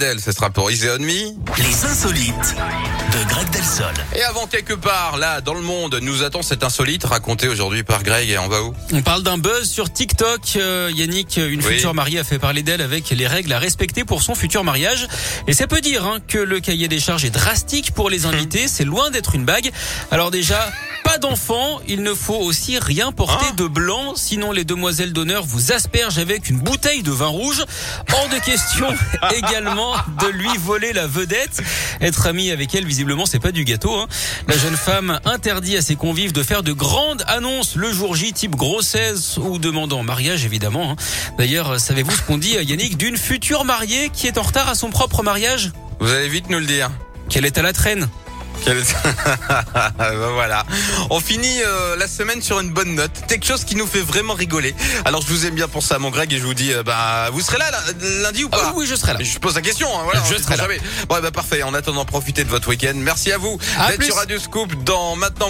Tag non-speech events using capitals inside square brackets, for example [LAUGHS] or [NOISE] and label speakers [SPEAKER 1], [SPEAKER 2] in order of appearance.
[SPEAKER 1] Del, ce sera pour Easy On Me.
[SPEAKER 2] Les insolites de Greg Delsol.
[SPEAKER 1] Et avant quelque part, là, dans le monde, nous attend cet insolite raconté aujourd'hui par Greg et on va où
[SPEAKER 3] On parle d'un buzz sur TikTok. Euh, Yannick, une
[SPEAKER 1] Oui.
[SPEAKER 3] future mariée, a fait parler d'elle avec les règles à respecter pour son futur mariage. Et ça peut dire hein, que le cahier des charges est drastique pour les invités. C'est loin d'être une bague. Alors déjà, pas d'enfant. Il ne faut aussi rien porter
[SPEAKER 1] Hein
[SPEAKER 3] de blanc. Sinon, les demoiselles d'honneur vous aspergent avec une bouteille de vin rouge. Hors de question [LAUGHS] également de lui voler la vedette. Être ami avec elle, visiblement, c'est pas du gâteau. hein. La jeune femme interdit à ses convives de faire de grandes annonces le jour J, type grossesse ou demandant en mariage, évidemment. hein. D'ailleurs, savez-vous ce qu'on dit, à Yannick, d'une future mariée qui est en retard à son propre mariage
[SPEAKER 1] Vous allez vite nous le dire.
[SPEAKER 3] Qu'elle est à la traîne.
[SPEAKER 1] Quel- [LAUGHS] Ben voilà. On finit euh, la semaine sur une bonne note. Quelque chose qui nous fait vraiment rigoler. Alors je vous aime bien pour ça, mon Greg, et je vous dis, euh, bah, vous serez là, là, lundi ou
[SPEAKER 3] Ah
[SPEAKER 1] pas
[SPEAKER 3] oui, oui, je serai là.
[SPEAKER 1] Je pose la question, hein, voilà.
[SPEAKER 3] Je
[SPEAKER 1] on
[SPEAKER 3] serai
[SPEAKER 1] sait eh
[SPEAKER 3] là.
[SPEAKER 1] jamais. Ouais, bah, parfait. En attendant, profitez de votre week-end. Merci à vous.
[SPEAKER 3] À
[SPEAKER 1] D'être
[SPEAKER 3] plus.
[SPEAKER 1] sur Radio Scoop dans maintenant